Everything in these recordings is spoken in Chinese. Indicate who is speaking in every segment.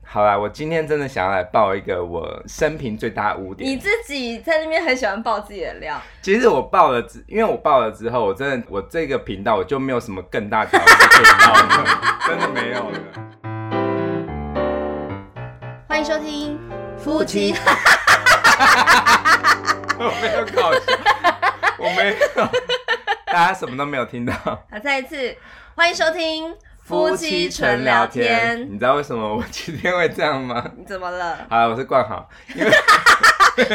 Speaker 1: 好啦，我今天真的想要来爆一个我生平最大的污
Speaker 2: 你
Speaker 1: 点。
Speaker 2: 自己在那边很喜欢爆自己的料，
Speaker 1: 其实我爆了之，因为我爆了之后，我真的我这个频道我就没有什么更大条的可以爆了，真 的没有了。
Speaker 2: 欢迎收听
Speaker 1: 夫妻 我没有搞笑，我没有，大家什么都没有听到。
Speaker 2: 啊，再一次欢迎收听纯聊天。
Speaker 1: 你知道为什么我今天会这样吗？
Speaker 2: 你怎么了？
Speaker 1: 好了，我是冠豪，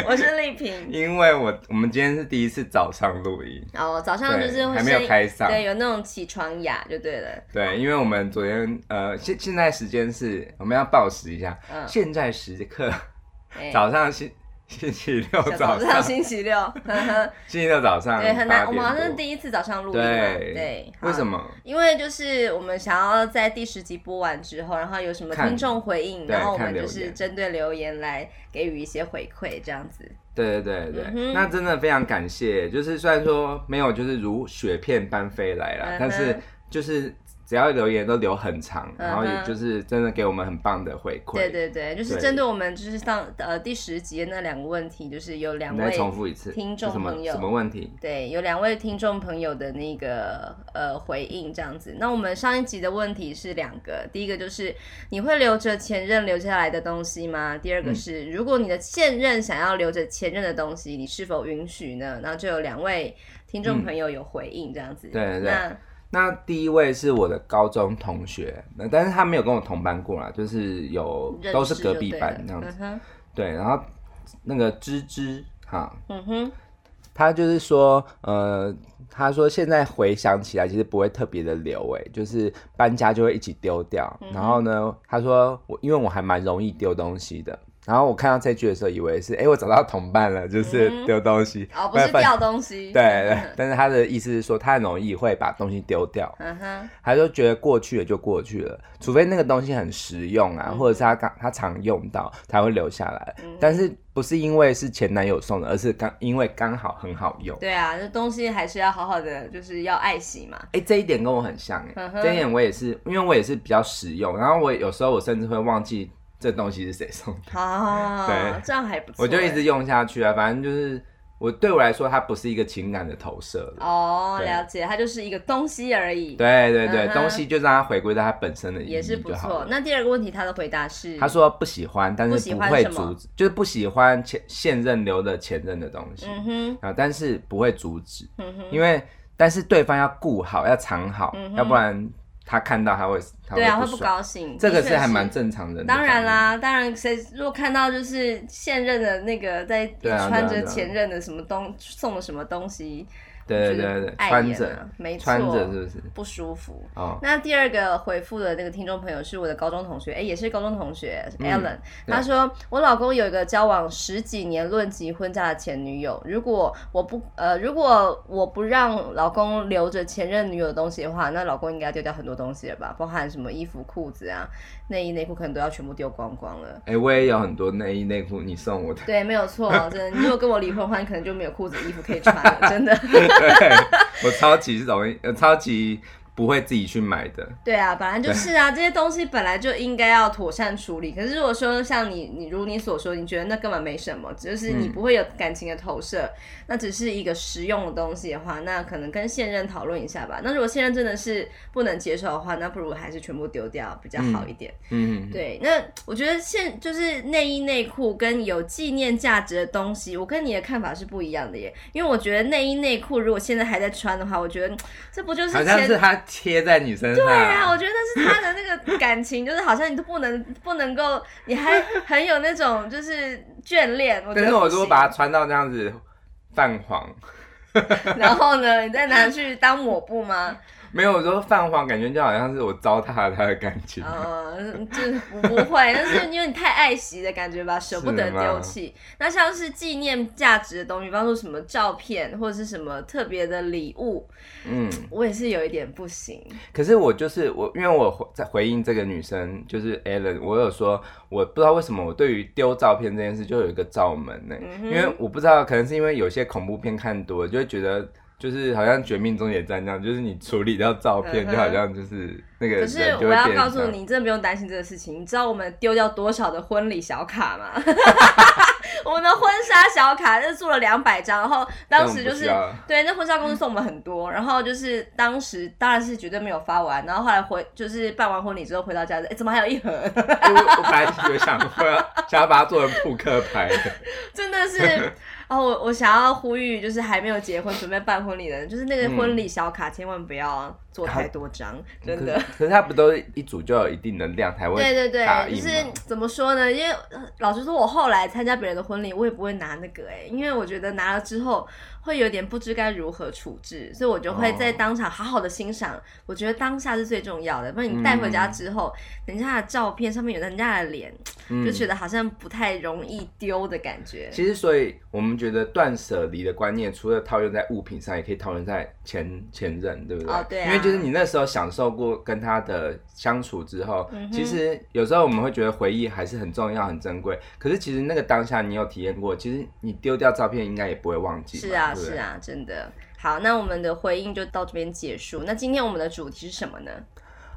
Speaker 2: 我是丽萍。
Speaker 1: 因为我我们今天是第一次早上录音，
Speaker 2: 哦，早上就是
Speaker 1: 对
Speaker 2: 会
Speaker 1: 还没有
Speaker 2: 声音
Speaker 1: 开嗓
Speaker 2: 对，有那种起床哑就对了。
Speaker 1: 对，因为我们昨天呃现现在时间是我们要报时一下，
Speaker 2: 嗯
Speaker 1: 现在时刻
Speaker 2: 哎
Speaker 1: 早上星星期六
Speaker 2: 小
Speaker 1: 早
Speaker 2: 上
Speaker 1: 上
Speaker 2: 星期六， 呵呵
Speaker 1: 星期六早上
Speaker 2: 对，很难。
Speaker 1: 8
Speaker 2: 我们好
Speaker 1: 点多
Speaker 2: 像是第一次早上录音嘛，
Speaker 1: 对
Speaker 2: 对，好
Speaker 1: 为什？么？
Speaker 2: 因为就是我们想要在第十集播完之后，然后有什么
Speaker 1: 看
Speaker 2: 听众回应，
Speaker 1: 对
Speaker 2: 然后我
Speaker 1: 看
Speaker 2: 们
Speaker 1: 留
Speaker 2: 就是
Speaker 1: 言
Speaker 2: 针对留言来给予一些回馈，这样子。
Speaker 1: 对对对对，
Speaker 2: 嗯哼
Speaker 1: 那真的非常感谢。就是虽然说没有就是如雪片般飞来啦，
Speaker 2: 嗯哼
Speaker 1: 但是就是只要留言都留很长，然后
Speaker 2: 嗯哼
Speaker 1: 也就是真的给我们很棒的回馈。
Speaker 2: 对对对，就是
Speaker 1: 对
Speaker 2: 针对我们就是上呃第十集的那两个问题，就是有两
Speaker 1: 你再
Speaker 2: 位
Speaker 1: 重复一次，
Speaker 2: 听众
Speaker 1: 是什么
Speaker 2: 朋友
Speaker 1: 什么问题？
Speaker 2: 对有两位听众朋友的那个呃回应这样子。那我们上一集的问题是两个，第一个就是你会留着前任留下来的东西吗？第
Speaker 1: 嗯
Speaker 2: 二个是、如果你的现任想要留着前任的东西，你是否允许呢？然后就有两位听众朋友有回应这样子。
Speaker 1: 嗯对对对
Speaker 2: 那
Speaker 1: 那第一位是我的高中同学，那但是他没有跟我同班过啦，就是有
Speaker 2: 认识
Speaker 1: 都是隔壁
Speaker 2: 就对了
Speaker 1: 班这样子。
Speaker 2: 嗯哼，
Speaker 1: 对，然后那个芝芝哈，
Speaker 2: 嗯哼，
Speaker 1: 他就是说，呃，他说现在回想起来，其实不会特别的留诶，就是搬家就会一起丢掉。然后呢，他说我因为我还蛮容易丢东西的。然后我看到这句的时候，以为是哎、诶我找到同伴了，就是丢东西，
Speaker 2: 哦，不是
Speaker 1: 发现
Speaker 2: 掉东西。
Speaker 1: 对对，但是他的意思是说，他很容易会把东西丢掉。
Speaker 2: 嗯哼，
Speaker 1: 他就觉得过去了就过去了，除非那个东西很实用
Speaker 2: 嗯
Speaker 1: 啊，或者是他刚他常用到才会留下来。但是不是因为是前男友送的，而是刚因为刚好很好用。
Speaker 2: 对啊，这东西还是要好好的，就是要爱惜嘛。
Speaker 1: 哎、这一点跟我很像哎、
Speaker 2: 嗯哼
Speaker 1: 这一点我也是，因为我也是比较实用，然后我有时候我甚至会忘记这东西是谁送 的，
Speaker 2: 啊
Speaker 1: 对，
Speaker 2: 这样还不错欸。
Speaker 1: 我就一直用下去啊。反正就是我对我来说，它不是一个情感的投射了。
Speaker 2: 哦，
Speaker 1: 对
Speaker 2: 了解，它就是一个东西而已，
Speaker 1: 对对对，
Speaker 2: 嗯哼
Speaker 1: 东西就让它回归到它本身的意义
Speaker 2: 也是不
Speaker 1: 就好了
Speaker 2: 错。那第二个问题，他的回答是，
Speaker 1: 他说不喜欢，但
Speaker 2: 嗯不
Speaker 1: 是
Speaker 2: 喜
Speaker 1: 不
Speaker 2: 欢
Speaker 1: 会
Speaker 2: 什么
Speaker 1: 阻止，就是不喜欢前现任留的前任的东西、
Speaker 2: 嗯哼，
Speaker 1: 啊，但是不会阻止，
Speaker 2: 嗯哼，
Speaker 1: 因为但是对方要顾好，要藏好，
Speaker 2: 嗯哼
Speaker 1: 要不然他看到他会他
Speaker 2: 对啊，
Speaker 1: 会不
Speaker 2: 会不
Speaker 1: 爽。
Speaker 2: 高兴，
Speaker 1: 这个
Speaker 2: 的
Speaker 1: 是
Speaker 2: 确
Speaker 1: 还蛮。正常人的，
Speaker 2: 当然。啦，当然谁如果看到就是现任的那个在
Speaker 1: 对啊
Speaker 2: 穿
Speaker 1: 对啊对
Speaker 2: 着
Speaker 1: 啊
Speaker 2: 前任的什么东送了什么东西，
Speaker 1: 对对
Speaker 2: 觉得
Speaker 1: 对对，
Speaker 2: 碍
Speaker 1: 穿
Speaker 2: 眼
Speaker 1: 着
Speaker 2: 啊没错，
Speaker 1: 穿着是不是？
Speaker 2: 不舒服。
Speaker 1: 哦，
Speaker 2: 那第二个回复的那个听众朋友是我的高中同学，哎、也是高中同学、
Speaker 1: 嗯
Speaker 2: Alan，
Speaker 1: 对
Speaker 2: 他说我老公有一个交往十几年、论及婚嫁的前女友，如果我不呃，如果我不让老公留着前任女友的东西的话，那老公应该丢掉很多东西了吧，包含什么衣服、裤子啊、内衣、内裤，可能都要全部丢光光了。
Speaker 1: 哎、我也有很多内衣内裤你送 我的，
Speaker 2: 对，没有错，真的。你如果跟我离婚的话，你可能就没有裤子、衣服可以穿了，真的。
Speaker 1: 对我超级容易，呃，超级不会自己去买的，
Speaker 2: 对啊，本来就是啊，这些东西本来就应该要妥善处理。可是如果说像你，你如你所说，你觉得那根本没什么，只是你
Speaker 1: 嗯
Speaker 2: 不会有感情的投射，那只是一个实用的东西的话，那可能跟现任讨论一下吧。那如果现任真的是不能接受的话，那不如还是全部丢掉比较好一点。
Speaker 1: 嗯，
Speaker 2: 对，那我觉得现就是内衣内裤跟有纪念价值的东西，我跟你的看法是不一样的耶。因为我觉得内衣内裤如果现在还在穿的话，我觉得这不就是
Speaker 1: 好像
Speaker 2: 前
Speaker 1: 是他贴在你身上，
Speaker 2: 对啊，我觉得那是他的那个感情，就是好像你都不能不能够，你还很有那种就是眷恋。我觉
Speaker 1: 但
Speaker 2: 得
Speaker 1: 是我
Speaker 2: 不
Speaker 1: 如果
Speaker 2: 行
Speaker 1: 把它穿到这样子泛黄，
Speaker 2: 然后呢，你再拿去当抹布吗？
Speaker 1: 没有我说泛黄，感觉就好像是我糟蹋了他的感情。
Speaker 2: 嗯，就是不不会，但是因为你太爱惜的感觉吧，舍不得
Speaker 1: 是吗
Speaker 2: 丢弃。那像是纪念价值的东西，比方说什么照片或者是什么特别的礼物，
Speaker 1: 嗯，
Speaker 2: 我也是有一点不行。
Speaker 1: 可是我就是我，因为我回在回应这个女生，就是 Alan，我有说我不知道为什么我对于丢照片这件事就有一个罩门呢、
Speaker 2: 嗯哼
Speaker 1: 因为我不知道，可能是因为有些恐怖片看多了，就会觉得就是好像《绝命终结站》那样，就是你处理掉照片，
Speaker 2: 嗯哼
Speaker 1: 就好像就是那个
Speaker 2: 可
Speaker 1: 人
Speaker 2: 是
Speaker 1: 就
Speaker 2: 我
Speaker 1: 会
Speaker 2: 要
Speaker 1: 变
Speaker 2: 告诉
Speaker 1: 成
Speaker 2: 你，你真的不用担心这个事情。你知道我们丢掉多少的婚礼小 卡吗？我们的婚纱小卡，那做了两百张，然后
Speaker 1: 这样，
Speaker 2: 当时就
Speaker 1: 不需
Speaker 2: 是
Speaker 1: 要
Speaker 2: 对，那婚纱公司送我们很多，然后就是当时当然是绝对没有发完，然后后来回就是办完婚礼之后回到家，哎，怎么还有一盒？
Speaker 1: 我我本来有想过要想要把它做成扑克牌的，
Speaker 2: 真的 是，哦，我我想要呼吁，就是还没有结婚准备办婚礼的人，就是那
Speaker 1: 嗯
Speaker 2: 个婚礼小卡千万不要做太多张，真的
Speaker 1: 可。是可是它不都一组就有一定的量才会
Speaker 2: 对对对
Speaker 1: 打，
Speaker 2: 就
Speaker 1: 印
Speaker 2: 是
Speaker 1: 嘛
Speaker 2: 怎么说呢？因为呃老实说，我后来参加别人的婚礼，我也不会拿那个哎、因为我觉得拿了之后会有点不知该如何处置，所以我就会在
Speaker 1: 哦
Speaker 2: 当场好好的欣赏。我觉得当下是最重要的，不然你带回家之后，人家的照片上面有人家的脸，就
Speaker 1: 嗯
Speaker 2: 觉得好像不太容易丢的感觉。
Speaker 1: 其实，所以我们觉得断舍离的观念，除了套用在物品上，也可以套用在前前任，对不对？
Speaker 2: 哦对啊
Speaker 1: 因为就是你那时候享受过跟他的相处之后，
Speaker 2: 嗯哼
Speaker 1: 其实有时候我们会觉得回忆还是很重要、很珍贵。可是其实那个当下你有体验过，其实你丢掉照片应该也不会忘记嘛。
Speaker 2: 是啊，
Speaker 1: 对不
Speaker 2: 是
Speaker 1: 对。
Speaker 2: 啊，真的。好，那我们的回应就到这边结束。那今天我们的主题是什么呢？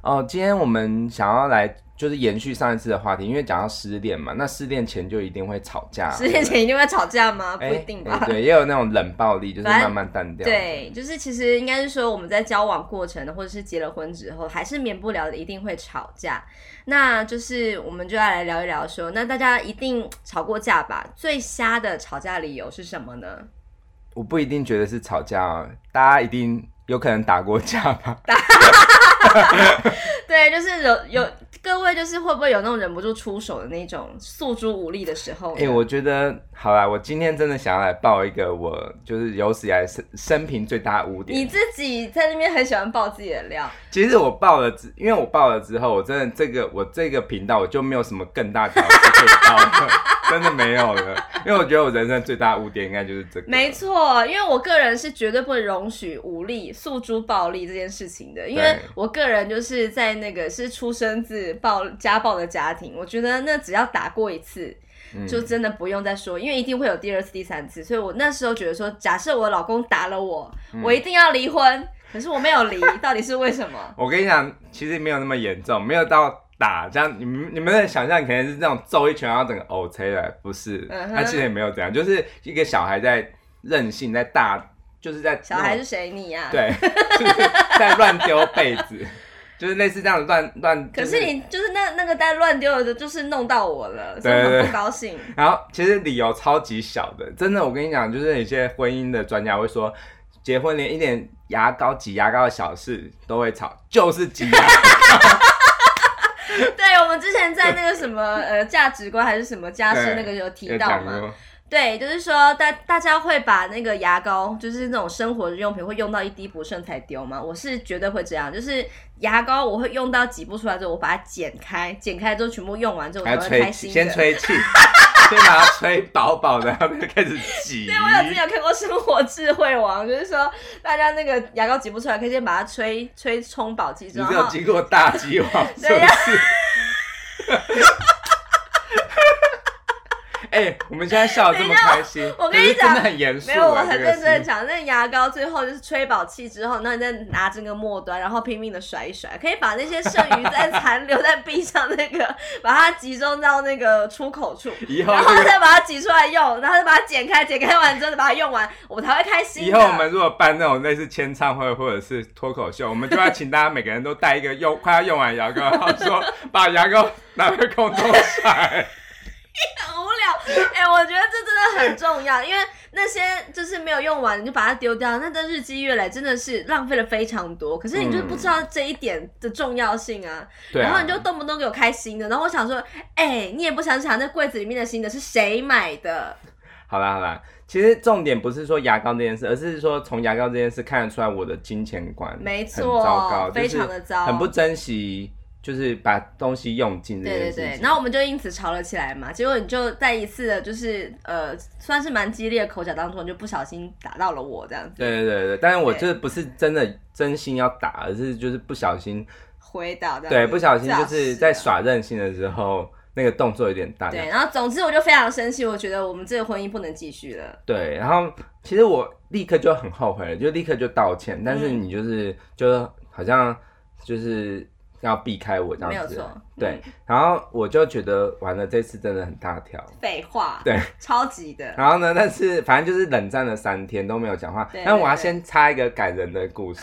Speaker 1: 哦，今天我们想要来就是延续上一次的话题，因为讲到失恋嘛，那失恋前就一定会吵架，啊
Speaker 2: 十年前一定会吵架吗？不
Speaker 1: 对
Speaker 2: 一
Speaker 1: 不对
Speaker 2: 定
Speaker 1: 哎
Speaker 2: 吧。
Speaker 1: 哎对，也有那种冷暴力，就是
Speaker 2: 反正
Speaker 1: 慢慢淡掉。
Speaker 2: 对，就是其实应该是说我们在交往过程，或者是结了婚之后，还是免不了的一定会吵架。那就是我们就要来聊一聊说，那大家一定吵过架吧？最瞎的吵架理由是什么呢？
Speaker 1: 我不一定觉得是吵架、哦，大家一定有可能打过架 吧？
Speaker 2: 对，就是有有各位就是会不会有那种忍不住出手的那种诉诸无力的时候呢？
Speaker 1: 哎、我觉得好啦，我今天真的想要来报一个我就是有史以来生生平最大的污
Speaker 2: 你
Speaker 1: 点。
Speaker 2: 自己在那边很喜欢爆自己的料，
Speaker 1: 其实我报了之，因为我报了之后，我真的这个我这个频道我就没有什么更大条是可以报 的，真的没有了。因为我觉得我人生最大的污点应该就是这个。
Speaker 2: 没错，因为我个人是绝对不容许武力、诉诸暴力这件事情的，因为
Speaker 1: 对
Speaker 2: 我个人就是在那个是出生自暴家暴的家庭，我觉得那只要打过一次。
Speaker 1: 嗯
Speaker 2: 就真的不用再说，因为一定会有第二次、第三次，所以我那时候觉得说，假设我老公打了我，
Speaker 1: 嗯
Speaker 2: 我一定要离婚。可是我没有离，到底是为什 么？
Speaker 1: 我跟你讲，其实没有那么严重，没有到打这样。你们你们的想象可能是这种揍一拳，然后整个呕车了，不是？
Speaker 2: 嗯哼
Speaker 1: 他其实也没有怎样，就是一个小孩在任性，在大，就是在
Speaker 2: 小孩
Speaker 1: 那
Speaker 2: 是谁你啊呀、
Speaker 1: 种对，就是在乱丢被子，就是类似这样乱乱。
Speaker 2: 可
Speaker 1: 就是
Speaker 2: 你就是那那个在乱丢的，就是弄到我了，所
Speaker 1: 对
Speaker 2: 以我
Speaker 1: 对
Speaker 2: 很
Speaker 1: 对
Speaker 2: 不高兴。
Speaker 1: 然后其实理由超级小的，真的，我跟你讲，就是有些婚姻的专家会说，结婚连一点牙膏挤牙膏的小事都会吵，就是挤牙 膏。
Speaker 2: 对，我们之前在 那个什么呃价值观还是什么家事那个有提到
Speaker 1: 讲
Speaker 2: 嘛？
Speaker 1: 过
Speaker 2: 对，就是说大大家会把那个牙膏，就是那种生活用品会用到一滴不剩才丢嘛。我是绝对会这样，就是牙膏我会用到挤不出来之后，我把它剪开，剪开之后全部用完之后，我
Speaker 1: 还
Speaker 2: 才
Speaker 1: 要
Speaker 2: 会开
Speaker 1: 吹
Speaker 2: 心
Speaker 1: 气，
Speaker 2: 的。
Speaker 1: 先吹 气，先把它吹饱饱的，然后就开始挤。
Speaker 2: 对，我有之前有看过《生活智慧王》，就是说大家那个牙膏挤不出来，可以先把它吹吹冲饱气之
Speaker 1: 你
Speaker 2: 后，
Speaker 1: 是有经过大饥荒，是
Speaker 2: 哦对
Speaker 1: 不
Speaker 2: 呀
Speaker 1: 是？ 哎、我们现在笑的这么开心，
Speaker 2: 哎我跟
Speaker 1: 可是
Speaker 2: 你
Speaker 1: 真
Speaker 2: 讲
Speaker 1: 的很 严肃、
Speaker 2: 没
Speaker 1: 啊。
Speaker 2: 有，我很认真
Speaker 1: 这
Speaker 2: 的
Speaker 1: 个是。
Speaker 2: 讲，那牙膏最后就是吹饱气之后，那你再拿这个末端，然后拼命的甩一甩，可以把那些剩余 在残留在壁上那个，把它集中到那个出口 处，
Speaker 1: 以后
Speaker 2: 然
Speaker 1: 哦这
Speaker 2: 后
Speaker 1: 个，
Speaker 2: 再把它挤出来用，然后再把它剪开，剪开完之后再把它用完，我们才会开心的。
Speaker 1: 以后我们如果办那种类似签唱会或者是脱口秀，我们就要请大家每个人都带一个用快要用完牙膏，然后说把牙膏拿回空中 甩。
Speaker 2: 很无聊，哎、我觉得这真的很重要，因为那些就是没有用完你就把它丢掉，那这日积月累真的是浪费了非常多。可是你就是不
Speaker 1: 嗯
Speaker 2: 知道这一点的重要性啊。
Speaker 1: 对、啊，
Speaker 2: 然后你就动不动给我开新的，然后我想说，哎、你也不想想那柜子里面的新的是谁买的？
Speaker 1: 好啦好啦，其实重点不是说牙膏这件事，而是说从牙膏这件事看得出来我的金钱观
Speaker 2: 没
Speaker 1: 很
Speaker 2: 错，
Speaker 1: 糟糕，
Speaker 2: 非常的
Speaker 1: 就
Speaker 2: 糟，
Speaker 1: 是很不珍惜，就是把东西用尽这
Speaker 2: 对
Speaker 1: 件
Speaker 2: 对
Speaker 1: 事情。
Speaker 2: 对，然后我们就因此吵了起来嘛。结果你就在一次的，就是呃，算是蛮激烈的口角当中，你就不小心打到了我这样子，
Speaker 1: 对对对对，但是我
Speaker 2: 对
Speaker 1: 这不是真的真心要打，而是就是不小心，
Speaker 2: 回到这样子
Speaker 1: 对，不小心就是在
Speaker 2: 最好是啊
Speaker 1: 耍任性的时候，那个动作有点大。
Speaker 2: 对，然后总之我就非常生气，我觉得我们这个婚姻不能继续了。
Speaker 1: 对，然后其实我立刻就很后悔了，就立刻就道歉，但是
Speaker 2: 嗯
Speaker 1: 你就是、就好像就是要避开我这
Speaker 2: 没有
Speaker 1: 样子
Speaker 2: 错。，嗯
Speaker 1: 对，然后我就觉得完了，这次真的很大条。
Speaker 2: 废话，
Speaker 1: 对，
Speaker 2: 超级 的。
Speaker 1: 然后呢，但是反正就是冷战了三天都没有讲话
Speaker 2: 对。
Speaker 1: 但我要
Speaker 2: 对对
Speaker 1: 先插一个感人的故 事，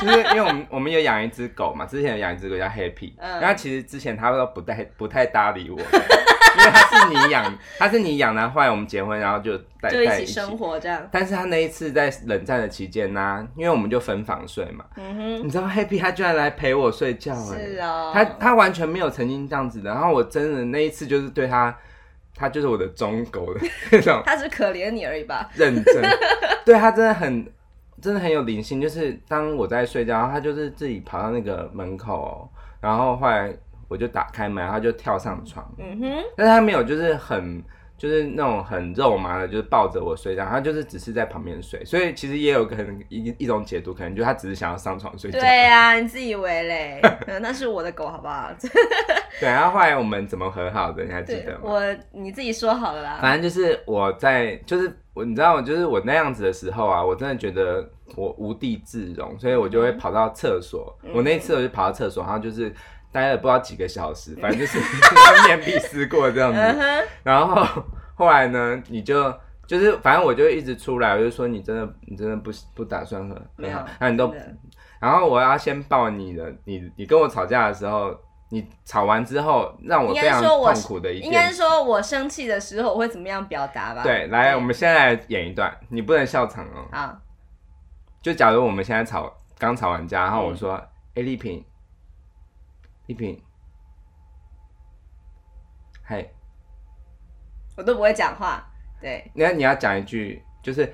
Speaker 1: 就是因为我们我们有养一只狗嘛，之前有养一只狗叫 Happy，、
Speaker 2: 嗯
Speaker 1: 然后其实之前它都不太不太搭理我， 因为它是你养，它是你养，然后后来我们结婚，然后就带
Speaker 2: 就一
Speaker 1: 在
Speaker 2: 起生活这样。
Speaker 1: 但是他那一次在冷战的期间呢、因为我们就分房睡嘛，
Speaker 2: 嗯
Speaker 1: 你知道 Happy 他居然来陪我睡觉、
Speaker 2: 哼，
Speaker 1: 哎、
Speaker 2: 是哦。
Speaker 1: 他他完全没有曾经这样子的。然后我真的那一次就是对他，他就是我的忠狗的 那种
Speaker 2: 他只可怜你而已吧？
Speaker 1: 认真，对他真的很真的很有灵性。就是当我在睡觉，然后他就是自己跑到那个门口，哦然后后来我就打开门，然后他就跳上床，
Speaker 2: 嗯哼，
Speaker 1: 但是他没有就是很就是那种很肉麻的，就是抱着我睡觉，他就是只是在旁边睡，所以其实也有可能一一种解读，可能就是他只是想要上床睡觉。
Speaker 2: 对呀、你自以为 嘞，嗯那是我的狗好不好？
Speaker 1: 对，然后后来我们怎么和好的，你还记
Speaker 2: 对
Speaker 1: 得吗？
Speaker 2: 我你自己说好了啦。
Speaker 1: 反正就是我在，就是我，你知道，就是我那样子的时候啊，我真的觉得我无地自容，所以我就
Speaker 2: 嗯
Speaker 1: 会跑到厕所。我那一次我就跑到厕所，然后就是待了不知道几个小时，反正就是 面壁思过这样子。
Speaker 2: 嗯哼，
Speaker 1: 然后后来呢，你就就是反正我就一直出来，我就说你真的你真的不不打算和
Speaker 2: 没
Speaker 1: 很
Speaker 2: 有
Speaker 1: 好，那啊你都
Speaker 2: 真的，
Speaker 1: 然后我要先抱你的，你你跟我吵架的时候，你吵完之后让我
Speaker 2: 应
Speaker 1: 非
Speaker 2: 该
Speaker 1: 常
Speaker 2: 说我
Speaker 1: 痛
Speaker 2: 是
Speaker 1: 苦的一
Speaker 2: 应该
Speaker 1: 件
Speaker 2: 是
Speaker 1: 事。
Speaker 2: 说我生气的时候我会怎么样表达吧？
Speaker 1: 对，来，我们现在来演一段，你不能笑场哦。
Speaker 2: 好，
Speaker 1: 就假如我们现在吵刚吵完架，然后我
Speaker 2: 嗯
Speaker 1: 说：“哎、丽萍，丽萍，嘿，
Speaker 2: 我都不会讲话。对，
Speaker 1: 那你要讲一句，就是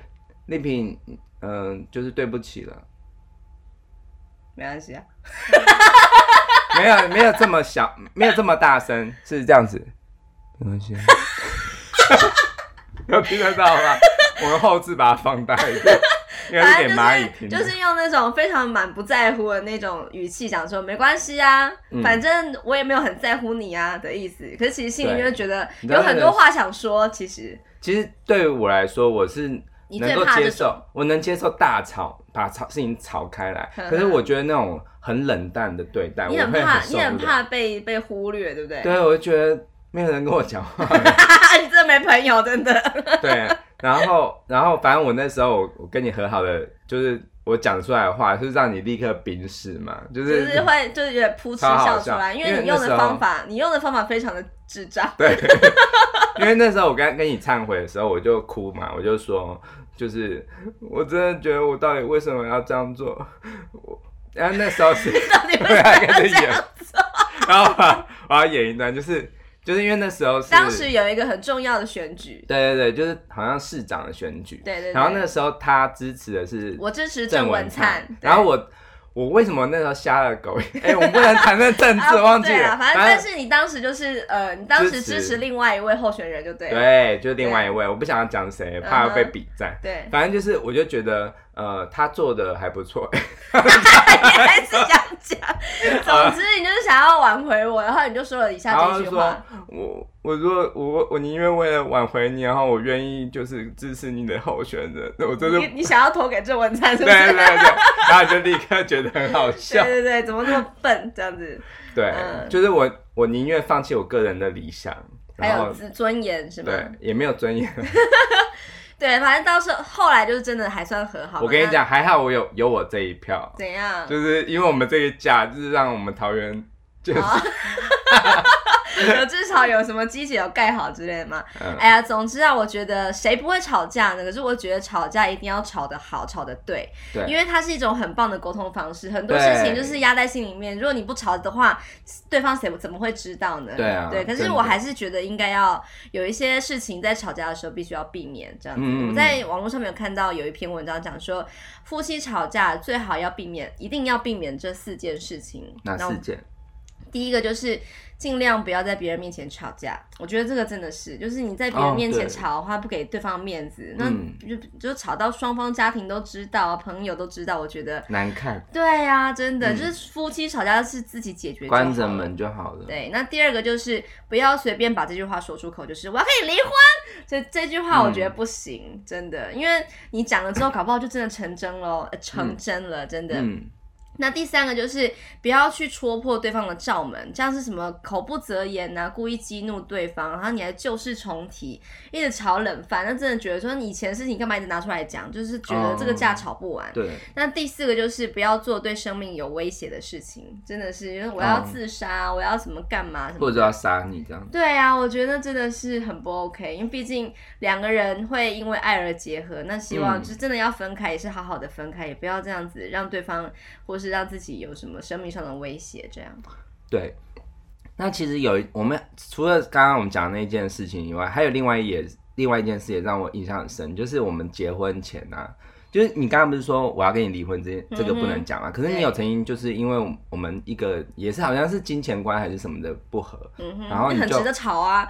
Speaker 1: 丽萍，嗯、就是对不起了。”
Speaker 2: 没关系啊。
Speaker 1: 没有没有这么小，没有这么大声，是这样子。没关系啊， 有听得到吗？我们后置把它放大一点，应该是给蚂蚁听的。
Speaker 2: 就是用那种非常满不在乎的那种语气讲说没关系啊，
Speaker 1: 嗯
Speaker 2: 反正我也没有很在乎你啊的意思。可是其实心里面就觉得
Speaker 1: 你知道
Speaker 2: 有
Speaker 1: 那个
Speaker 2: 很多话想说，其实
Speaker 1: 其实对我来说，我是
Speaker 2: 你
Speaker 1: 能
Speaker 2: 最
Speaker 1: 够
Speaker 2: 怕
Speaker 1: 接
Speaker 2: 这
Speaker 1: 受，我能接受大吵，把吵事情吵开 来。
Speaker 2: 呵呵
Speaker 1: 可是我觉得那种很冷淡的对啊待，我
Speaker 2: 你很
Speaker 1: 会
Speaker 2: 怕，
Speaker 1: 受
Speaker 2: 你很
Speaker 1: 不了。
Speaker 2: 怕被被忽略，对不对？
Speaker 1: 对，我就觉得没有人跟我讲话。
Speaker 2: 你真的没朋友，真的。
Speaker 1: 对，然后然后反正我那时候我我跟你和好的，就是我讲出来的话，就是让你立刻冰释嘛，就
Speaker 2: 就是是会就是有点扑哧
Speaker 1: 超好
Speaker 2: 笑出来，
Speaker 1: 笑
Speaker 2: 因为
Speaker 1: 因为
Speaker 2: 你用
Speaker 1: 那
Speaker 2: 的
Speaker 1: 时候
Speaker 2: 方法，你用的方法非常的智障。
Speaker 1: 因为那时候我跟跟你忏悔的时候，我就哭嘛，我就说，就是我真的觉得我到底为什么要这样做？我然后那时候是
Speaker 2: 到底为
Speaker 1: 对啊，跟着
Speaker 2: 什么要这
Speaker 1: 演
Speaker 2: 样？，
Speaker 1: 然后我要我要演一段，就是就是因为那时候是
Speaker 2: 当时有一个很重要的选举，
Speaker 1: 对对对，就是好像市长的选举，
Speaker 2: 对对对。
Speaker 1: 然后那时候他支持的是
Speaker 2: 我支持郑
Speaker 1: 郑
Speaker 2: 文
Speaker 1: 文
Speaker 2: 灿
Speaker 1: 灿，，
Speaker 2: 对
Speaker 1: 然后我我为什么那时候瞎了 狗？哎、我们不能谈论政治，忘记
Speaker 2: 啊对啊
Speaker 1: 了，
Speaker 2: 反正但是你当时就是呃，你当时
Speaker 1: 支持
Speaker 2: 支持另外一位候选人就对了。
Speaker 1: 对，就是另外一位，我不想要讲谁，怕被比战。
Speaker 2: 对，
Speaker 1: 反正就是，我就觉得，呃，他做的还不错。
Speaker 2: 你还 是想讲。总之，你就是想要挽回我，然后你就说了以
Speaker 1: 然
Speaker 2: 下
Speaker 1: 后
Speaker 2: 这
Speaker 1: 就
Speaker 2: 句
Speaker 1: 说
Speaker 2: 话。，
Speaker 1: 我我如果我我宁愿为了挽回你，然后我愿意就是支持你的候选人，我真的
Speaker 2: 你你想要投给郑文灿是
Speaker 1: 对
Speaker 2: 不是？
Speaker 1: 对 对，然后就立刻觉得很好笑
Speaker 2: 对。对对，怎么那么笨这样子？
Speaker 1: 对，
Speaker 2: 嗯
Speaker 1: 就是我我宁愿放弃我个人的理想，
Speaker 2: 还
Speaker 1: 然
Speaker 2: 有
Speaker 1: 后
Speaker 2: 自尊严是吗？
Speaker 1: 对也没有尊严。
Speaker 2: 对，反正到时候后来就是真的还算和好。
Speaker 1: 我跟你
Speaker 2: 那，嗯
Speaker 1: 讲，还好我有有我这一票，
Speaker 2: 怎样？
Speaker 1: 就是因为我们这个假，就是让我们桃园就是、
Speaker 2: 啊有至少有什么机姐有盖好之类的吗？
Speaker 1: 嗯
Speaker 2: 哎呀，总之啊，我觉得谁不会吵架呢？可是我觉得吵架一定要吵得好，吵得对，
Speaker 1: 对
Speaker 2: 因为它是一种很棒的沟通方式。很多
Speaker 1: 对
Speaker 2: 事情就是压在心里面，如果你不吵的话，对方谁怎么会知道呢？
Speaker 1: 对啊
Speaker 2: 对。可是
Speaker 1: 真的
Speaker 2: 我还是觉得应该要有一些事情在吵架的时候必须要避免这样子。
Speaker 1: 嗯嗯嗯
Speaker 2: 我在网络上面有看到有一篇文章讲说，夫妻吵架最好要避免，一定要避免这四件事情。
Speaker 1: 哪
Speaker 2: 那我
Speaker 1: 四件？
Speaker 2: 第一个就是尽量不要在别人面前吵架，我觉得这个真的是，就是你在别
Speaker 1: 哦
Speaker 2: 人面前
Speaker 1: 对
Speaker 2: 吵的话，不给对方面子，
Speaker 1: 嗯
Speaker 2: 那就就吵到双方家庭都知道，朋友都知道，我觉得。
Speaker 1: 难看，
Speaker 2: 对呀、真的、就是夫妻吵架是自己解
Speaker 1: 嗯
Speaker 2: 决，
Speaker 1: 关着。门就好了。
Speaker 2: 对，那第二个就是不要随便把这句话说出口，就是我要跟你离婚，这这句话我觉得
Speaker 1: 嗯
Speaker 2: 不行，真的，因为你讲了之后，搞不好就真的成真了，呃成真了，真的。
Speaker 1: 嗯，
Speaker 2: 那第三个就是不要去戳破对方的罩门，这样是什么口不择言呐、故意激怒对方，然后你还旧事重提，一直炒冷饭，那真的觉得说你以前的事情干嘛一直拿出来讲，就是觉得这个架吵不完。
Speaker 1: 对，
Speaker 2: 那第四个就是不要做对生命有威胁的事情，真的是因为我要
Speaker 1: 嗯
Speaker 2: 自杀，我要什么干嘛什么
Speaker 1: 或者要杀你这样。
Speaker 2: 对啊，我觉得真的是很不 OK，因为毕竟两个人会因为爱而结合，那希望
Speaker 1: 嗯
Speaker 2: 就真的要分开，也是好好的分开，也不要这样子让对方或是让自己有什么生命上的威胁。这样，
Speaker 1: 对，那其实有一我们除了刚刚我们讲的那件事情以外，还有另外也另外一件事也让我印象很深，就是我们结婚前啊，就是你刚刚不是说我要跟你离婚这件这个不能
Speaker 2: 嗯哼
Speaker 1: 讲嘛？可是你
Speaker 2: 对
Speaker 1: 有曾经就是因为我们一个也是好像是金钱观还是什么的不合，
Speaker 2: 嗯哼，
Speaker 1: 然后
Speaker 2: 那
Speaker 1: 你
Speaker 2: 很
Speaker 1: 就
Speaker 2: 值得吵啊。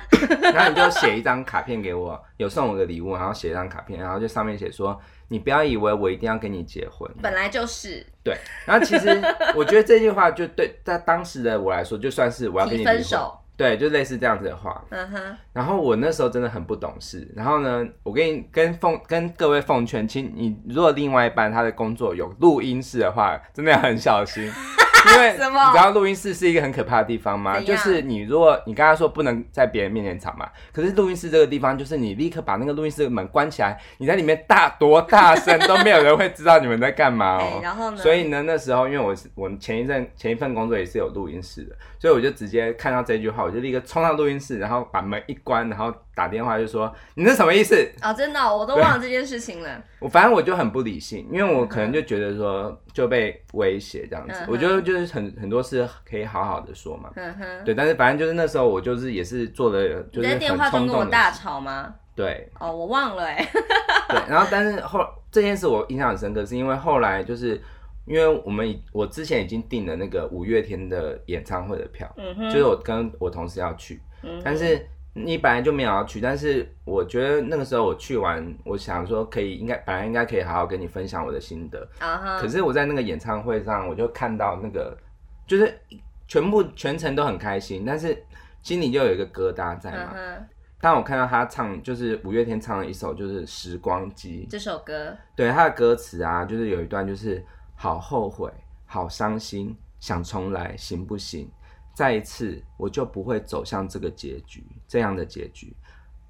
Speaker 1: 然后你就写一张卡片给我，有送我个礼物，然后写一张卡片，然后就上面写说你不要以为我一定要跟你结婚，
Speaker 2: 本来就是
Speaker 1: 对。然后其实我觉得这句话就对在当时的我来说，就算是我要跟你
Speaker 2: 提
Speaker 1: 离婚
Speaker 2: 分手，
Speaker 1: 对，就类似这样子的话。
Speaker 2: 嗯哼，
Speaker 1: 然后我那时候真的很不懂事。然后呢，我跟你跟奉跟各位奉劝，请你如果另外一半他的工作有录音室的话，真的要很小 心，因为你
Speaker 2: 什么
Speaker 1: 知道录音室是一个很可怕的地方吗？
Speaker 2: 怎样
Speaker 1: 就是你如果你刚刚说不能在别人面前吵嘛，可是录音室这个地方，就是你立刻把那个录音室的门关起来，你在里面大多大声都没有人会知道你们在干嘛
Speaker 2: 哎
Speaker 1: 哦，。
Speaker 2: 然后呢？
Speaker 1: 所以呢，那时候因为我是我前一阵前一份工作也是有录音室的，所以我就直接看到这句话，我就立刻冲到录音室，然后把门一关，然后打电话就说你这什么意思？
Speaker 2: 哦，真的哦、我都忘了这件事情了。
Speaker 1: 我反正我就很不理性，因为我可能就觉得说就被威胁这样子
Speaker 2: 嗯，哼
Speaker 1: 我觉得就是很很多事可以好好的说嘛。
Speaker 2: 嗯哼，
Speaker 1: 对，但是反正就是那时候我就是也是做了就是
Speaker 2: 你在
Speaker 1: 很
Speaker 2: 电话中
Speaker 1: 冲
Speaker 2: 跟我
Speaker 1: 动的
Speaker 2: 大
Speaker 1: 事，
Speaker 2: 吵吗？
Speaker 1: 对
Speaker 2: 哦，我忘了哎、
Speaker 1: 对。然后但是后这件事我印象很深刻，是因为后来就是因为我们已我之前已经订了那个五月天的演唱会的票，
Speaker 2: 嗯哼，
Speaker 1: 就是我跟我同事要去，
Speaker 2: 嗯
Speaker 1: 但是你本来就没有要去，但是我觉得那个时候我去完，我想说可以应该本来应该可以好好跟你分享我的心得，
Speaker 2: 啊哈，
Speaker 1: 可是我在那个演唱会上，我就看到那个就是全部全程都很开心，但是心里就有一个疙瘩在
Speaker 2: 嗯
Speaker 1: 嘛。
Speaker 2: 哼，
Speaker 1: 当我看到他唱就是五月天唱了一首就是《时光机》，
Speaker 2: 这首歌，
Speaker 1: 对他的歌词啊，就是有一段就是好后悔，好伤心，想重来行不行？再一次我就不会走向这个结局，这样的结局。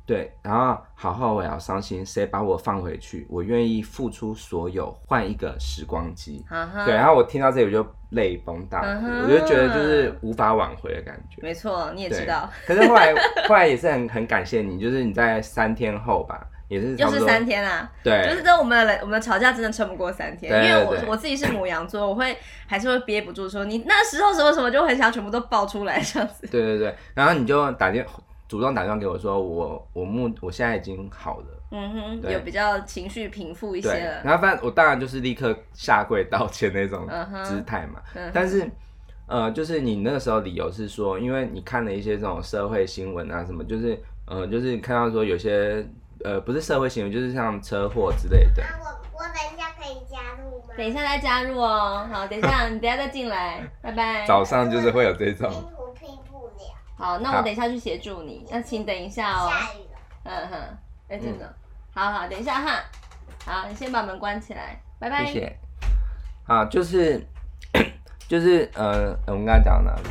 Speaker 1: 对，然后好后悔，好伤心，谁把我放回去？我愿意付出所有，换一个时光机。
Speaker 2: 啊哈，
Speaker 1: 对，然后我听到这里我就泪崩大
Speaker 2: 嗯
Speaker 1: 哭，
Speaker 2: 哼
Speaker 1: 我就觉得就是无法挽回的感觉。
Speaker 2: 没错，你也
Speaker 1: 对
Speaker 2: 知道，
Speaker 1: 可是后来后来也是很很感谢你，就是你在三天后吧，也是差
Speaker 2: 又
Speaker 1: 不
Speaker 2: 是
Speaker 1: 多
Speaker 2: 三天啊。
Speaker 1: 对，
Speaker 2: 就是这我们的我们的吵架真的撑不过三天，
Speaker 1: 对对
Speaker 2: 因为我
Speaker 1: 对
Speaker 2: 我自己是母羊座，我会还是会憋不住说你那时候什么什么，就很想全部都爆出来这 样子。
Speaker 1: 对对对，然后你就打电主动打电话给我说，我我目我现在已经好了，
Speaker 2: 嗯哼，
Speaker 1: 对
Speaker 2: 有比较情绪平复一些
Speaker 1: 对，
Speaker 2: 了。
Speaker 1: 然后反正我当然就是立刻下跪道歉那种
Speaker 2: 嗯哼
Speaker 1: 姿态嘛，
Speaker 2: 嗯哼
Speaker 1: 但是。呃，就是你那个时候理由是说，因为你看了一些这种社会新闻啊，什么，就是呃，就是看到说有些呃，不是社会新闻，就是像车祸之类的。
Speaker 2: 哎
Speaker 3: 那啊我我等一下可以加入吗？
Speaker 2: 等一下再加入哦，好，等一 下你等一下再进来，拜拜。
Speaker 1: 早上就是会有这种，
Speaker 3: 拼图拼不了，
Speaker 2: 好，那
Speaker 1: 好
Speaker 2: 我等一下去协助你，那请等一下哦。
Speaker 3: 下雨了。
Speaker 2: 嗯哼，哎、真
Speaker 1: 嗯
Speaker 2: 的，好好，等一下哈。好，你先把门关起来，拜拜。
Speaker 1: 谢谢。啊，就是就是呃，我们刚刚讲到哪里？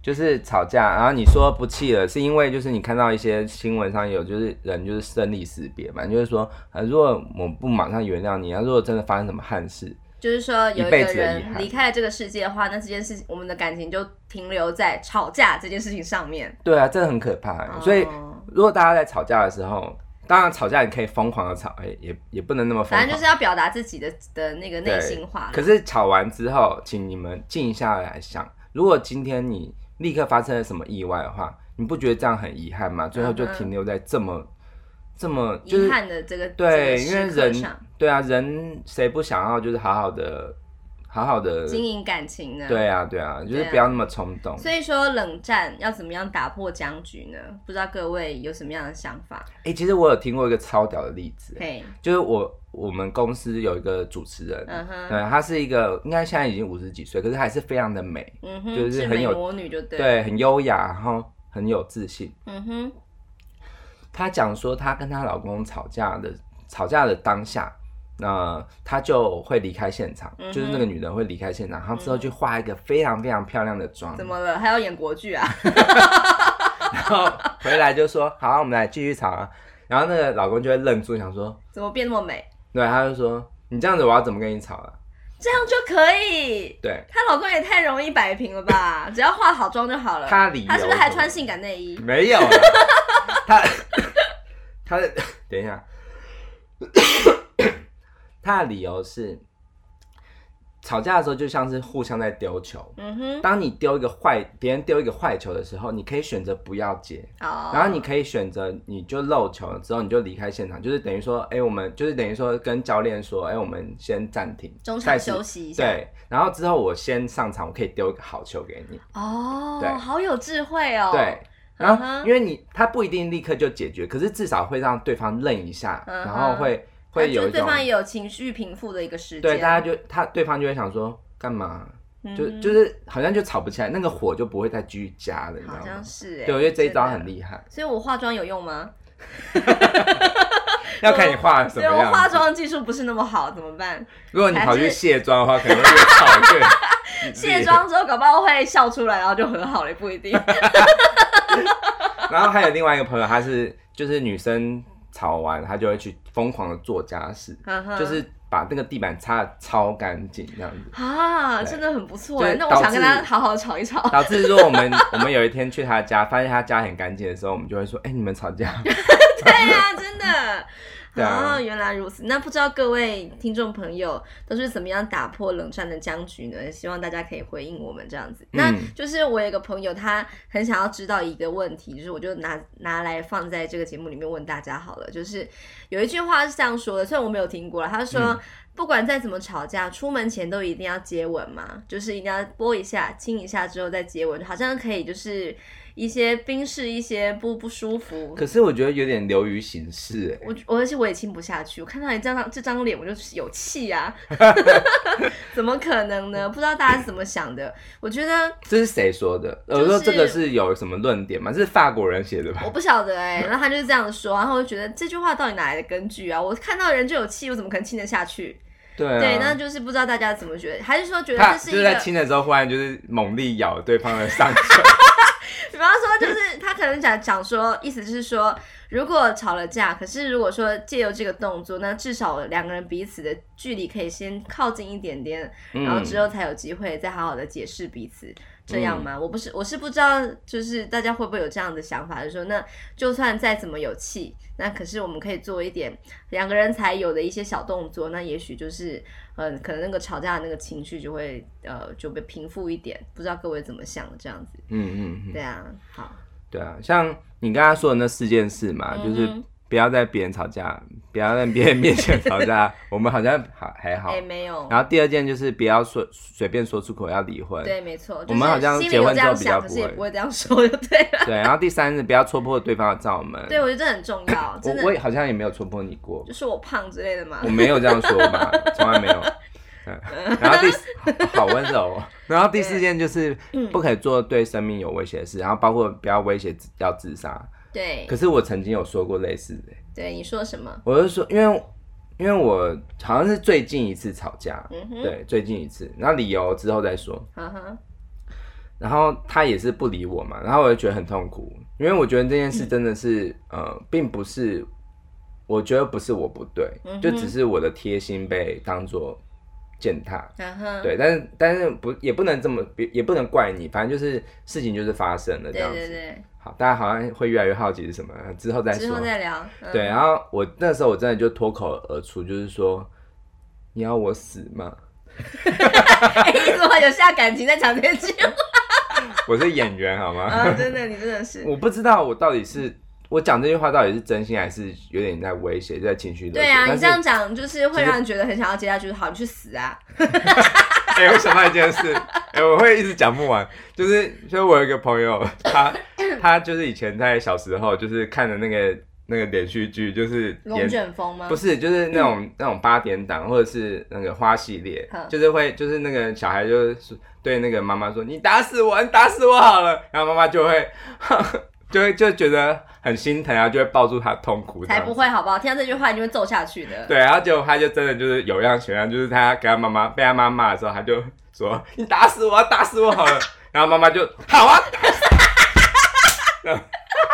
Speaker 1: 就是吵架，然后你说不气了，是因为就是你看到一些新闻上有就是人就是生离死别嘛，就是说呃，如果我不马上原谅你，啊，如果真的发生什么憾事，
Speaker 2: 就是说有一
Speaker 1: 一辈
Speaker 2: 个
Speaker 1: 子的遗
Speaker 2: 人
Speaker 1: 憾
Speaker 2: 离开了这个世界的话，那这件事情我们的感情就停留在吵架这件事情上面。
Speaker 1: 对啊，真的很可怕欸、所以
Speaker 2: 哦
Speaker 1: 如果大家在吵架的时候，当然吵架你可以疯狂的吵，哎也也不能那么疯
Speaker 2: 反
Speaker 1: 狂，
Speaker 2: 正就是要表达自己的的那个内
Speaker 1: 对
Speaker 2: 心话。
Speaker 1: 可是吵完之后，请你们静下来想，如果今天你立刻发生了什么意外的话，你不觉得这样很遗憾吗？最后就
Speaker 2: 嗯哼
Speaker 1: 停留在这么、这么就是
Speaker 2: 遗憾的这个
Speaker 1: 对，
Speaker 2: 这
Speaker 1: 因
Speaker 2: 个
Speaker 1: 为
Speaker 2: 时刻
Speaker 1: 人
Speaker 2: 上
Speaker 1: 对啊，人谁不想要就是好好的好好的
Speaker 2: 经营感情呢？。
Speaker 1: 对啊，对啊，就是
Speaker 2: 对啊
Speaker 1: 不要那么冲动。
Speaker 2: 所以说，冷战要怎么样打破僵局呢？不知道各位有什么样的想法？
Speaker 1: 哎、其实我有听过一个超屌的例子，
Speaker 2: 嘿，
Speaker 1: 就是我我们公司有一个主持人，
Speaker 2: 嗯哼
Speaker 1: 对，她是一个应该现在已经五十几岁，可是还是非常的美，
Speaker 2: 嗯哼，
Speaker 1: 就是
Speaker 2: 是
Speaker 1: 很
Speaker 2: 美
Speaker 1: 有
Speaker 2: 魔女就对，，
Speaker 1: 对，很优雅，然后很有自信。
Speaker 2: 嗯哼，
Speaker 1: 她讲说，她跟她老公吵架的吵架的当下，那、她就会离开现场，
Speaker 2: 嗯哼
Speaker 1: 就是那个女人会离开现场，然后之后去化一个非常非常漂亮的妆，
Speaker 2: 怎么了？还要演国剧啊？
Speaker 1: 然后回来就说：“好，我们来继续吵啊。”然后那个老公就会愣住，想说
Speaker 2: 怎么变那么美？：“
Speaker 1: 对，他就说你这样子，我要怎么跟你吵啊
Speaker 2: 这样就可以？”？
Speaker 1: 对，
Speaker 2: 她老公也太容易摆平了吧？只要化好妆就好了。
Speaker 1: 她理由
Speaker 2: 她是不是还穿性感内衣？
Speaker 1: 没 有啦，他他的等一下， 他的理由是吵架的时候就像是互相在丢球。
Speaker 2: 嗯哼，
Speaker 1: 当你丢一个坏，别人丢一个坏球的时候，你可以选择不要接，
Speaker 2: 哦，
Speaker 1: 然后你可以选择你就漏球了之后你就离开现场，就是等于说，哎、我们就是等于说跟教练说，哎、我们先暂停，
Speaker 2: 中
Speaker 1: 再
Speaker 2: 场
Speaker 1: 次
Speaker 2: 休息一下。，
Speaker 1: 对，然后之后我先上场，我可以丢一个好球给你。
Speaker 2: 哦
Speaker 1: 对，
Speaker 2: 好有智慧哦。
Speaker 1: 对，然
Speaker 2: 嗯
Speaker 1: 后
Speaker 2: 哼
Speaker 1: 因为你他不一定立刻就解决，可是至少会让对方愣一下，
Speaker 2: 嗯哼
Speaker 1: 然后会
Speaker 2: 啊
Speaker 1: 会
Speaker 2: 就
Speaker 1: 有
Speaker 2: 是
Speaker 1: 一
Speaker 2: 对
Speaker 1: 种
Speaker 2: 方也有情绪平复的一个时间。
Speaker 1: 对大家就他对方就会想说干嘛，
Speaker 2: 嗯
Speaker 1: 就
Speaker 2: 哼
Speaker 1: 就是好像就吵不起来，那个火就不会再继续加了，你知
Speaker 2: 好
Speaker 1: 道
Speaker 2: 像
Speaker 1: 吗？
Speaker 2: 是哎，
Speaker 1: 对，我觉得这一招
Speaker 2: 真的
Speaker 1: 很。厉害，
Speaker 2: 所以我化妆有用吗？
Speaker 1: 要看你画得什
Speaker 2: 所
Speaker 1: 么
Speaker 2: 以我
Speaker 1: 样
Speaker 2: 化
Speaker 1: 子。
Speaker 2: 妆技术不是那么好，怎么 办？
Speaker 1: 如果你
Speaker 2: 还
Speaker 1: 跑去
Speaker 2: 是
Speaker 1: 卸妆的话，可能会越吵越
Speaker 2: 卸。妆之后搞不好会笑出来，然后就和好了，也不一 定。
Speaker 1: 然后还有另外一个朋友，他是就是女生吵完，他就会去疯狂的做家事，
Speaker 2: 嗯哼
Speaker 1: 就是把那个地板擦的超干净这样子。
Speaker 2: 啊，
Speaker 1: 对
Speaker 2: 真的很不错
Speaker 1: 就是
Speaker 2: 哎。那我想跟
Speaker 1: 导
Speaker 2: 他
Speaker 1: 致
Speaker 2: 好好吵一吵。
Speaker 1: 导致说我们我们有一天去他家，发现他家很干净的时候，我们就会说：“哎、你们吵架。
Speaker 2: 对呀、真的。
Speaker 1: 对啊
Speaker 2: 哦，原来如此。那不知道各位听众朋友都是怎么样打破冷战的僵局呢？希望大家可以回应我们这样子。那
Speaker 1: 嗯
Speaker 2: 就是我有一个朋友，他很想要知道一个问题，就是我就拿拿来放在这个节目里面问大家好了。就是有一句话是这样说的，虽然我没有听过了，他说。
Speaker 1: 嗯
Speaker 2: 不管再怎么吵架，出门前都一定要接吻嘛，就是一定要拨一下、亲一下之后再接吻，好像可以就是一些冰释一些不不舒服”。
Speaker 1: 可是我觉得有点流于形式、哎
Speaker 2: 我我而且我也亲不下去，我看到你这张这张脸我就有 气啊，怎么可能呢？不知道大家是怎么想的。我觉得
Speaker 1: 这是谁说的？我、
Speaker 2: 是
Speaker 1: 说这个是有什么论点吗？这是法国人写的吧
Speaker 2: 我？不晓得哎、然后他就是这样说，然后我就觉得这句话到底哪来的根据啊？我看到人就有气，我怎么可能亲得下去？
Speaker 1: 对啊，
Speaker 2: 对，那就是不知道大家怎么觉得，还是说觉得
Speaker 1: 他
Speaker 2: 这
Speaker 1: 就是
Speaker 2: 一
Speaker 1: 是
Speaker 2: 个
Speaker 1: 在，亲的时候，忽然就是猛力咬对方的上唇。
Speaker 2: 比方说就是他可能讲讲说，意思就是说，如果吵了架，可是如果说借由这个动作，那至少两个人彼此的距离可以先靠近一点点，然后
Speaker 1: 嗯，
Speaker 2: 之后才有机会再好好的解释彼此，这样吗？我不是，我是不知道，就是大家会不会有这样的想法，就是说，那就算再怎么有气，那可是我们可以做一点两个人才有的一些小动作，那也许就是，嗯、可能那个吵架的那个情绪就会呃就被平复一点，不知道各位怎么想的这样子？
Speaker 1: 嗯嗯嗯，
Speaker 2: 对啊，好，
Speaker 1: 对啊，像你刚刚说的那四件事嘛，
Speaker 2: 嗯哼
Speaker 1: 就是不要在别人吵架，不要在别人面前吵 架，我们好像还还好
Speaker 2: 哎、。没有。
Speaker 1: 然后第二件就是不要说随便说出口要离婚，
Speaker 2: 对，没错，
Speaker 1: 我
Speaker 2: 就
Speaker 1: 们好像
Speaker 2: 是心里
Speaker 1: 结
Speaker 2: 有
Speaker 1: 婚
Speaker 2: 这
Speaker 1: 之后
Speaker 2: 样
Speaker 1: 比较
Speaker 2: 想，可是也
Speaker 1: 不会
Speaker 2: 不会这样说，就对 了。
Speaker 1: 对，然后第三是不要戳破对方的罩门。
Speaker 2: 对，我觉得这很重要，真
Speaker 1: 我
Speaker 2: 的
Speaker 1: 我也好像也没有戳破你过
Speaker 2: 就，是我胖之类的嘛
Speaker 1: 我。没有这样说吧，从来没 有。嗯然后第四好温柔哦，然后第四件就是
Speaker 2: 嗯
Speaker 1: 不可以做对生命有威胁的事，然后包括不要威胁自要自杀。
Speaker 2: 对
Speaker 1: 可，是我曾经有说过类似的，
Speaker 2: 对，你说什么？
Speaker 1: 我就说，因为因为我好像是最近一次吵架，
Speaker 2: 嗯哼，
Speaker 1: 对，最近一次，然后理由之后再说。
Speaker 2: 哈啊哈，
Speaker 1: 然后他也是不理我嘛，然后我就觉得很痛苦，因为我觉得这件事
Speaker 2: 嗯
Speaker 1: 真的是，呃，并不是，我觉得不是我不对，
Speaker 2: 嗯哼
Speaker 1: 就只是我的贴心被当做践踏，
Speaker 2: 哈啊哈，
Speaker 1: 对，但是但是不也不能这么，也也不能怪你，反正就是事情就是发生了这
Speaker 2: 对
Speaker 1: 样子。
Speaker 2: 对对，
Speaker 1: 好，大家好像会越来越好奇是什么，之后再说。
Speaker 2: 之后再聊。嗯
Speaker 1: 对，，然后我那时候我真的就脱口而出，就是说，你要我死吗？
Speaker 2: 哎，你怎么有下感情在讲这 句话？哦
Speaker 1: 我是演员好吗？
Speaker 2: 啊，真的，你真的是，
Speaker 1: 我不知道我到底是我讲这句话到底是真心还是有点在威胁，在情绪勒索？
Speaker 2: 对啊，
Speaker 1: 但
Speaker 2: 你
Speaker 1: 是
Speaker 2: 这样讲就是会让人觉得很想要接下去，好，你去死啊！
Speaker 1: 哎、我想到一件事，哎、我会一直讲不完。就是，就是我有一个朋友，他他就是以前在小时候，就是看的那个那个连续剧，就是
Speaker 2: 龙卷风吗？
Speaker 1: 不是，就是那种、那种八点档或者是那个花系列
Speaker 2: 嗯，
Speaker 1: 就是会就是那个小孩就是对那个妈妈说：“你打死我，你打死我好了。”然后妈妈就会 就会就觉得很心疼，然后就会抱住他痛哭这
Speaker 2: 才
Speaker 1: 样子。
Speaker 2: 不会好不好？听到这句话你就会揍下去 的。
Speaker 1: 对，然后结果他就真的就是有样学样，就是他跟他妈妈被他妈骂的时候，他就说：“你打死我，打死我好了。”然后妈妈就好啊，打死我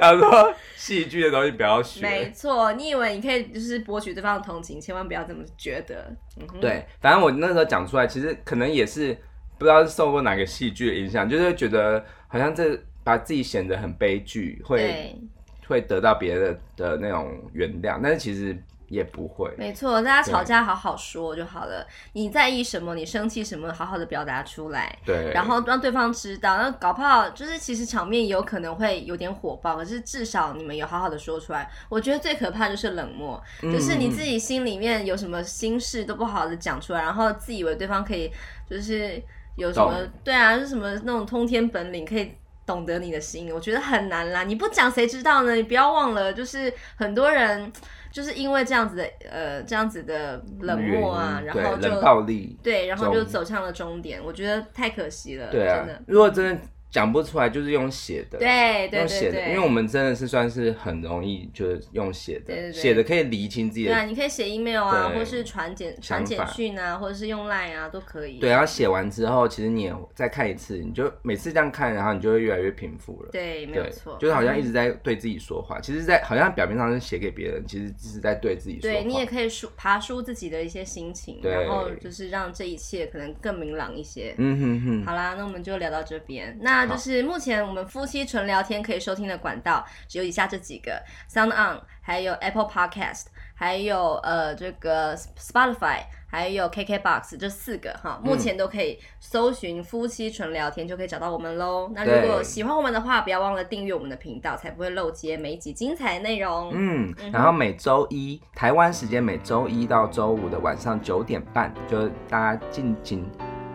Speaker 1: 然后说戏剧的东西不要
Speaker 2: 没
Speaker 1: 学。
Speaker 2: 错，你以为你可以就是博取对方的同情，千万不要这么觉得。嗯哼，
Speaker 1: 对，反正我那时候讲出来，其实可能也是不知道是受过哪个戏剧的影响，就是会觉得好像这把自己显得很悲剧，会
Speaker 2: 对，
Speaker 1: 会得到别人的那种原谅，但是其实也不会。
Speaker 2: 没错，大家吵架好好说就好了。你在意什么？你生气什么？好好的表达出来。
Speaker 1: 对，
Speaker 2: 然后让对方知道，那搞不好就是其实场面有可能会有点火爆，可是至少你们有好好的说出来。我觉得最可怕就是冷漠，
Speaker 1: 嗯
Speaker 2: 就是你自己心里面有什么心事都不好的讲出来，然后自以为对方可以就是有什么
Speaker 1: 懂
Speaker 2: 对啊，就是什么那种通天本领可以。懂得你的心，我觉得很难啦。你不讲谁知道呢？你不要忘了，就是很多人就是因为这样子的呃这样子的冷漠啊，然
Speaker 1: 对
Speaker 2: 后就
Speaker 1: 冷暴力，
Speaker 2: 对，然后
Speaker 1: 中
Speaker 2: 就走向了终点，我觉得太可惜了，
Speaker 1: 对啊
Speaker 2: 真的。。
Speaker 1: 如果真的讲不出来，就是用写的，，
Speaker 2: 对对
Speaker 1: 用
Speaker 2: 对
Speaker 1: 写的，
Speaker 2: 对，
Speaker 1: 因为我们真的是算是很容易，就是用写
Speaker 2: 对对
Speaker 1: 的，
Speaker 2: 对
Speaker 1: 写的可以厘清自己
Speaker 2: 对啊，
Speaker 1: 的，
Speaker 2: 你可以写 email 啊，
Speaker 1: 对
Speaker 2: 或是传简传
Speaker 1: 想
Speaker 2: 简
Speaker 1: 法
Speaker 2: 讯啊，或者是用 line 啊，都可以。
Speaker 1: 对，然后写完之后，其实你也再看一次，你就每次这样看，然后你就会越来越平复了。
Speaker 2: 对，没有
Speaker 1: 对
Speaker 2: 错，，嗯
Speaker 1: 就是好像一直在对自己说话，其实在，好像表面上是写给别人，其实是在对自己说话。
Speaker 2: 对你也可以梳爬梳自己的一些心情，
Speaker 1: 对
Speaker 2: 然后就是让这一切可能更明朗一些。
Speaker 1: 嗯哼哼，
Speaker 2: 好啦，那我们就聊到这边。那就是目前我们夫妻纯聊天可以收听的管道只有以下这几个：Sound On，还有 Apple Podcast，还有呃这个 Spotify，还有 KKBox 这四个哈。
Speaker 1: 嗯
Speaker 2: 目前都可以搜寻“夫妻纯聊天”就可以找到我们喽。那如果
Speaker 1: 对
Speaker 2: 喜欢我们的话，不要忘了订阅我们的频道，才不会漏接每一集精彩的内容。
Speaker 1: 嗯
Speaker 2: 嗯哼，
Speaker 1: 然后每周一台湾时间每周一到周五的晚上九点半，就是大家尽情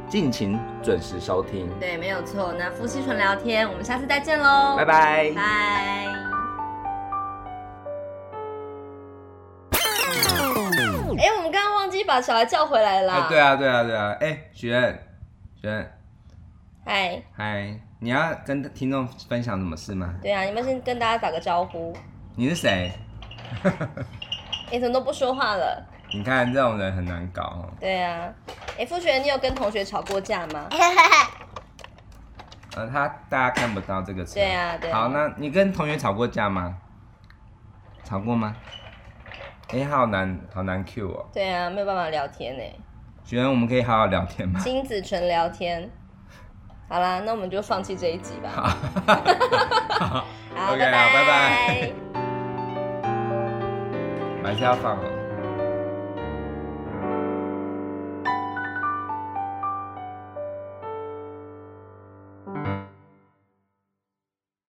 Speaker 1: 尽情准时收听，
Speaker 2: 对，没有错。那夫妻纯聊天，我们下次再见喽，
Speaker 1: 拜，拜。
Speaker 2: 拜。哎、我们刚刚忘记把小孩叫回来啦。
Speaker 1: 哎，对啊，对啊，对啊，哎，许愿，许愿，
Speaker 2: 嗨，
Speaker 1: 嗨，你要跟听众分享什么事吗？
Speaker 2: 对啊，你们先跟大家打个招呼。
Speaker 1: 你是谁？
Speaker 2: 你、怎么都不说话了？
Speaker 1: 你看这种人很难搞哦。
Speaker 2: 对啊。哎、傅学，你有跟同学吵过架吗？
Speaker 1: 呃，他大家看不到这个词。
Speaker 2: 对啊对啊
Speaker 1: 好，那你跟同学吵过架吗？吵过吗？哎、好难，好难 Q 哦。
Speaker 2: 对啊，没有办法聊天呢、
Speaker 1: 许愿，我们可以好好聊天吗？
Speaker 2: 亲子纯聊天。好啦，那我们就放弃这一集吧。 好，
Speaker 1: OK，
Speaker 2: 拜
Speaker 1: 好拜
Speaker 2: 拜
Speaker 1: 拜。还是要放了。